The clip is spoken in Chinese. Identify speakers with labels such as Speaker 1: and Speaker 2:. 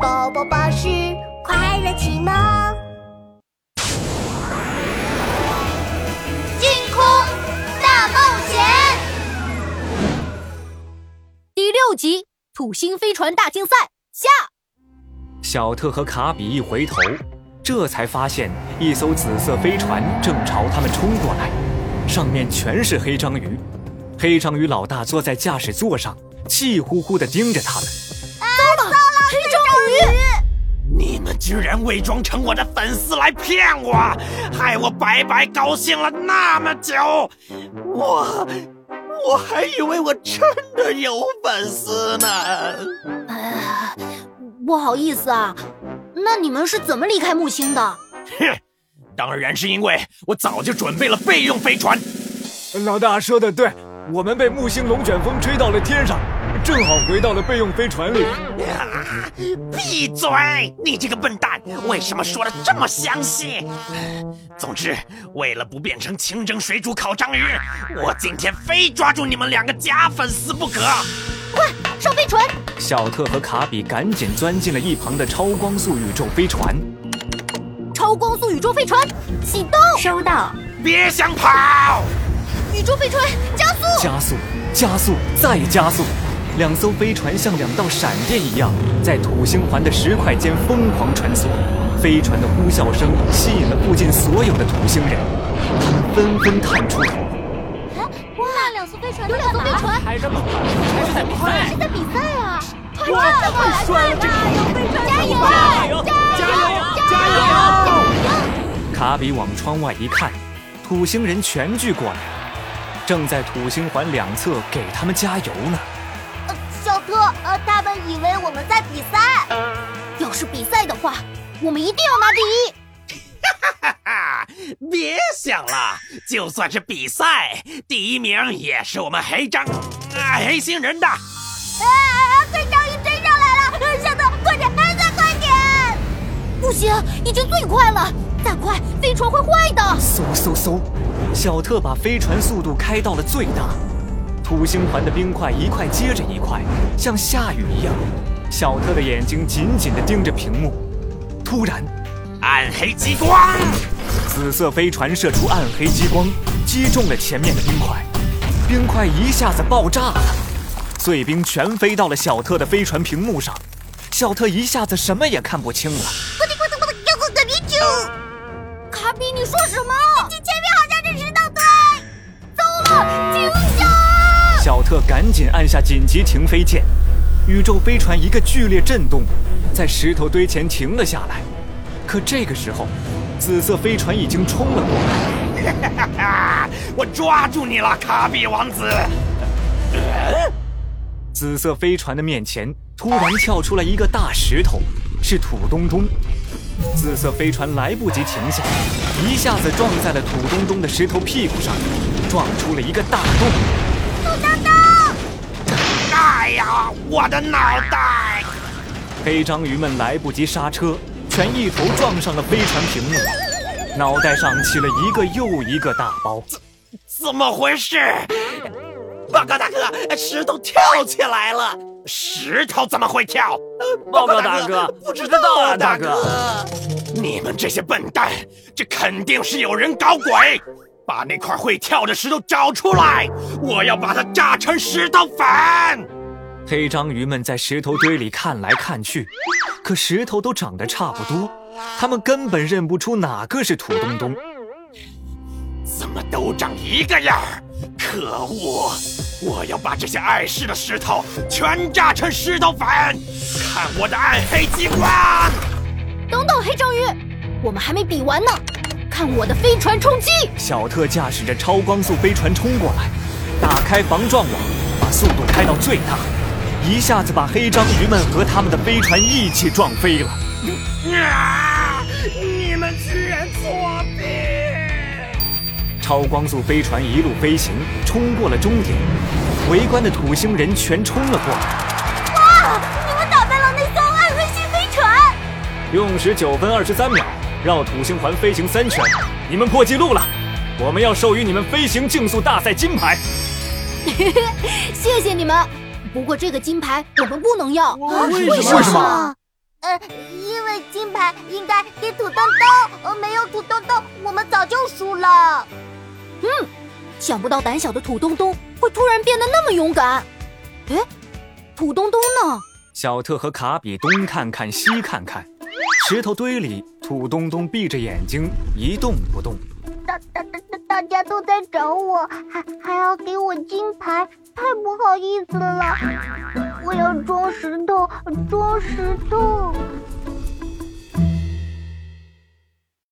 Speaker 1: 宝宝巴士快乐启蒙。
Speaker 2: 星空大冒险
Speaker 3: 第六集土星飞船大竞赛下，
Speaker 4: 小特和卡比一回头，这才发现一艘紫色飞船正朝他们冲过来，上面全是黑章鱼。黑章鱼老大坐在驾驶座上，气呼呼地盯着他们。
Speaker 5: 你们居然伪装成我的粉丝来骗我，害我白白高兴了那么久。我我还以为我真的有粉丝呢。
Speaker 3: 不好意思啊，那你们是怎么离开木星的？
Speaker 5: 当然是因为我早就准备了备用飞船。
Speaker 4: 老大说的对，我们被木星龙卷风吹到了天上，正好回到了备用飞船里。
Speaker 5: 啊！闭嘴！你这个笨蛋，为什么说的这么详细？总之，为了不变成清蒸水煮烤章鱼，我今天非抓住你们两个假粉丝不可。
Speaker 3: 上飞船！
Speaker 4: 小特和卡比赶紧钻进了一旁的超光速宇宙飞船。
Speaker 3: 超光速宇宙飞船启动！收到！
Speaker 5: 别想跑！
Speaker 3: 宇宙飞船加速！
Speaker 4: 加速，加速，再加速！两艘飞船像两道闪电一样，在土星环的石块间疯狂穿梭。飞船的呼啸声吸引了附近所有的土星人，他们纷纷探出头。
Speaker 3: 嗯哇，那两艘飞船有两艘飞船，还是在比赛啊！快快快快吧！加油！加油！加油！加油！
Speaker 4: 卡比往窗外一看，土星人全聚过来，正在土星环两侧给他们加油呢。
Speaker 1: 呃，小特，呃，他们以为我们在比赛。
Speaker 3: 要是比赛的话，我们一定要拿第一！
Speaker 5: 啊！别想了，就算是比赛，第一名也是我们黑章啊黑星人的。
Speaker 1: 啊，黑章鱼追上来了！小特，快点，哎，再快点！
Speaker 3: 不行，已经最快了，再快飞船会坏的。
Speaker 4: 嗖嗖嗖！小特把飞船速度开到了最大，土星环的冰块一块接着一块，像下雨一样。小特的眼睛紧紧地盯着屏幕。突然，
Speaker 5: 暗黑激光，
Speaker 4: 紫色飞船射出暗黑激光，击中了前面的冰块，冰块一下子爆炸了，碎冰全飞到了小特的飞船屏幕上。小特一下子什么也看不清了。
Speaker 1: 要不的啤酒。
Speaker 3: 卡比，你说什么？
Speaker 1: 前面好像是石头堆。
Speaker 3: 糟了，停下！
Speaker 4: 小特赶紧按下紧急停飞键，宇宙飞船一个剧烈震动，在石头堆前停了下来。可这个时候，紫色飞船已经冲了过来，
Speaker 5: 啊！我抓住你了，卡比王子。
Speaker 4: 紫色飞船的面前突然跳出来一个大石头，是土东东。紫色飞船来不及停下，一下子撞在了土东东的石头屁股上，撞出了一个大洞。
Speaker 5: 哎呀，我的脑袋！
Speaker 4: 黑章鱼们来不及刹车，全一头撞上了飞船屏幕，脑袋上起了一个又一个大包。
Speaker 5: 怎么回事？报告大哥，石头跳起来了。石头怎么会跳？呃
Speaker 4: 报告大哥
Speaker 5: 不知
Speaker 4: 不
Speaker 5: 道
Speaker 4: 知道啊大哥
Speaker 5: 大哥。你们这些笨蛋，这肯定是有人搞鬼。把那块会跳的石头找出来，我要把它炸成石头粉。
Speaker 4: 黑章鱼们在石头堆里看来看去，可石头都长得差不多，它们根本认不出哪个是土东东。
Speaker 5: 怎么都长一个样儿？可恶！我要把这些碍事的石头全炸成石头粉，看我的暗黑激光！
Speaker 3: 等等，黑章鱼，我们还没比完呢，看我的飞船冲击！
Speaker 4: 小特驾驶着超光速飞船冲过来，打开防撞网，把速度开到最大，一下子把黑章鱼们和他们的飞船一起撞飞了。
Speaker 5: 啊！你们居然作弊！
Speaker 4: 超光速飞船一路飞行，冲过了终点，围观的土星人全冲了过来。
Speaker 1: 你们打败了那艘暗黑星飞船。
Speaker 4: 用时九分二十三秒，绕土星环飞行三圈，你们破纪录了！我们要授予你们飞行竞速大赛金牌。
Speaker 3: 谢谢你们，不过这个金牌我们不能要。啊
Speaker 4: 为什么为什么？
Speaker 1: 呃，因为金牌应该给土豆豆，呃，没有土豆豆，我们早就输了。
Speaker 3: 嗯，想不到胆小的土东东会突然变得那么勇敢。哎，土东东呢？
Speaker 4: 小特和卡比东看看西看看，石头堆里，土东东闭着眼睛一动不动。
Speaker 1: 大大大大大家都在找我，还还要给我金牌，太不好意思了。我要装石头，装石头。